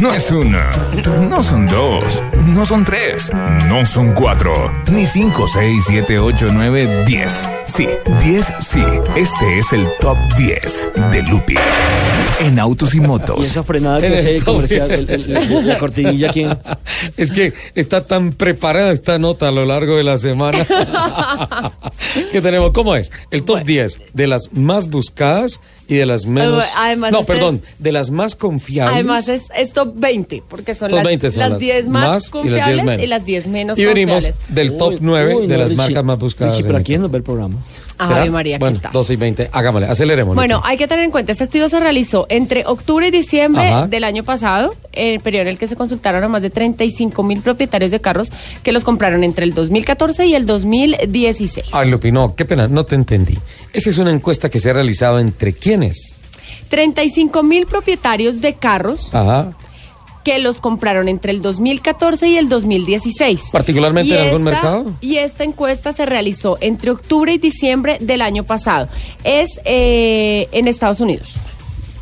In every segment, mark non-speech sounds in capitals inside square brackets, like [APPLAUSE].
No es una, no son dos, no son tres, no son cuatro, ni cinco, seis, siete, ocho, nueve, diez. Sí, diez, sí. Este es el top 10 de Lupi en autos y Y motos. esa frenada que En el hace el top. comercial, el- el- el- la cortinilla aquí. [LAUGHS] Es que está tan preparada esta nota a lo largo de la [LAUGHS] semana que tenemos. ¿Cómo es? El top 10 de las más buscadas y de las menos. Además, no, este perdón, de las más confiables. Además es, es top 20, porque son, Top las, 20 son las las 10 más más, y las 10 confiables menos. y las 10 menos y venimos confiables. del top Uy, 9 uy, de no, las Richie. marcas más buscadas. Richie, en pero el aquí top. nos ve el programa. Ave María, bueno, ¿qué tal? 12 y 20. Hagámosle, aceleremos. Bueno, hay que tener en cuenta, este estudio se realizó entre octubre y diciembre Ajá. del año pasado, el periodo en el que se consultaron a más de 35 mil propietarios de carros que los compraron entre el 2014 y el 2016. Ay, Lupi, no, qué pena, no te entendí. Esa es una encuesta que se ha realizado entre quiénes. 35 mil propietarios de carros Ajá. que los compraron entre el 2014 y el 2016. ¿Particularmente en algún mercado? Y esta encuesta se realizó entre octubre y diciembre del año pasado. Es eh, en Estados Unidos,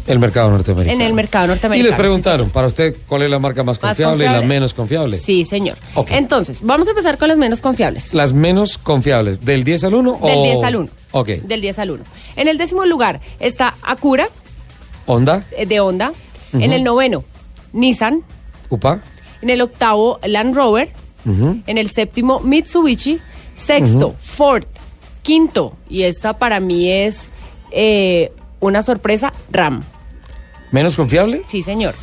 El mercado norteamericano. en el mercado norteamericano. Y les sí, preguntaron, señor. para usted, ¿cuál es la marca más ¿Más confiable, y la confiable? menos confiable? Sí, señor. Ok. Entonces, vamos a empezar con las menos confiables. Las menos confiables, ¿del 10 al 1 o...? Del 10 al 1. Ok. Del 10 al 1. En el décimo lugar está Acura, Honda, eh, de Honda. Ujú. En el noveno, Nissan. UPA, En el octavo, Land Rover. Ujú. En el séptimo, Mitsubishi. Sexto, Ford. Quinto, y esta para mí es eh, una sorpresa, Ram. ¿menos confiable? Sí, señor.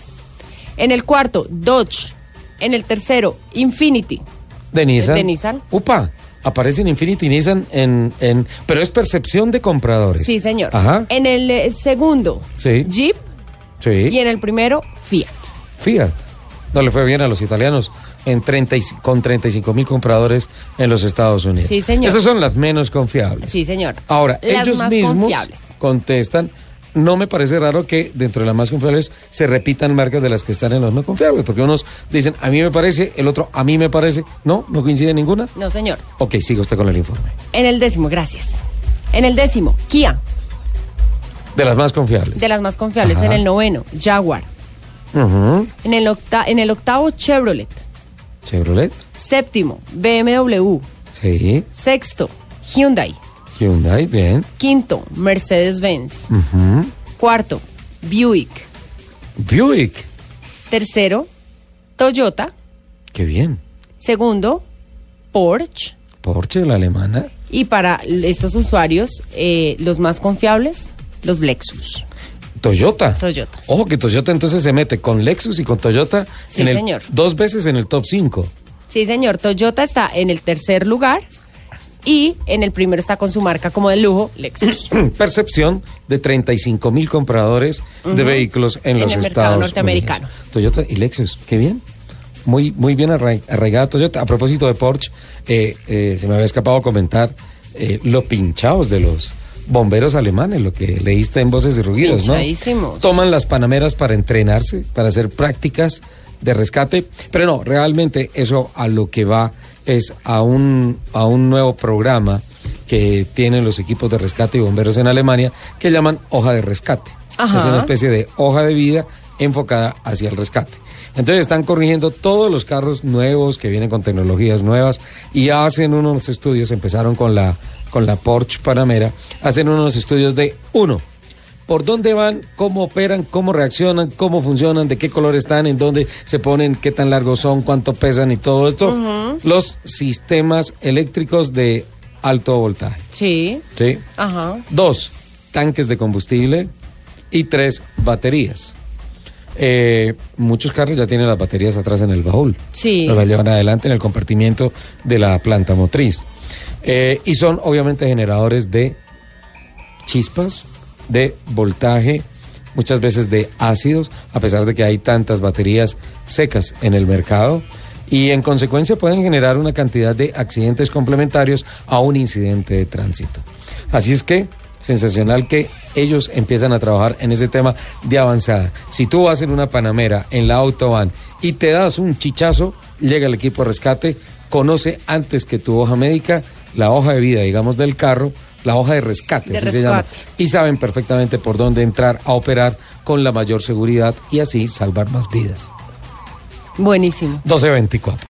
En el cuarto, Dodge. En el tercero, Infinity. De Nissan. De Nissan. UPA, aparecen Infinity y Nissan en, en... Pero es percepción de compradores. Sí, señor. Este. Ajá, En el eh, segundo, Sí. Jeep. sí. Y en el primero, Fiat. Fiat. No le fue bien a los italianos en 30 y c- con 35 mil compradores en los Estados Unidos. Sí, señor. Esas son las menos confiables. Sí, señor. Ahora, Las ellos más mismos confiables. contestan. No me parece raro que dentro de las más confiables se repitan marcas de las que están en las no confiables, porque unos dicen a mí me parece, el otro a mí me parece. No, no coincide ninguna. No, señor. Ok, sigue usted con el informe. En el décimo, gracias. En el décimo, Kia, De las más confiables. de las más confiables. Ajá. En el noveno, Jaguar. Ujú. En el, octa- en el octavo, Chevrolet. Chevrolet. Séptimo, BMW. Sí. Sexto, Hyundai. Hyundai, bien. Quinto, Mercedes-Benz. Ujú. Cuarto, Buick. Buick. Tercero, Toyota. Qué bien. Segundo, Porsche. Porsche, la alemana. Y para estos usuarios, eh, los más confiables, los Lexus. Toyota. Toyota. Ojo que Toyota entonces se mete con Lexus y con Toyota Sí, en el- señor. dos veces en el top 5. Sí, señor. Toyota está en el tercer lugar y en el primero está con su marca como de lujo, Lexus. [CLEARS THROAT] Percepción de 35 mil compradores de vehículos en, En los el mercado Estados norteamericano. Unidos. Toyota y Lexus, qué bien. Muy, muy bien arra- arraigada Toyota. A propósito de Porsche, eh, eh, se me había escapado comentar eh, los pinchados de los bomberos alemanes, lo que leíste en Voces y Rugidos, ¿no? Pinchadísimos. Toman las panameras para entrenarse, para hacer prácticas de rescate, pero no, realmente eso a lo que va es a un, a un nuevo programa que tienen los equipos de rescate y bomberos en Alemania que llaman hoja de rescate. Ajá. Es una especie de hoja de vida enfocada hacia el rescate. Entonces están corrigiendo todos los carros nuevos que vienen con tecnologías nuevas y hacen unos estudios, empezaron con la, con la Porsche Panamera, hacen unos estudios de uno, por dónde van, cómo operan, cómo reaccionan, cómo funcionan, de qué color están, en dónde se ponen, qué tan largos son, cuánto pesan y todo esto. Los sistemas eléctricos de alto voltaje. Sí. ¿sí? Ajá. Dos, tanques de combustible. Y tres, baterías. Eh, muchos carros ya tienen las baterías atrás en el baúl. Sí. Las llevan adelante en el compartimiento de la planta motriz. Eh, y son obviamente generadores de chispas, de voltaje, muchas veces de ácidos, a pesar de que hay tantas baterías secas en el mercado. Y en consecuencia pueden generar una cantidad de accidentes complementarios a un incidente de tránsito. Así es que, sensacional que ellos empiezan a trabajar en ese tema de avanzada. Si tú vas en una panamera, en la autobahn, y te das un chichazo, llega el equipo de rescate, conoce antes que tu hoja médica, la hoja de vida, digamos, del carro, la hoja de rescate, De así se llama rescate. y saben perfectamente por dónde entrar a operar con la mayor seguridad y así salvar más vidas. Buenísimo. 1224.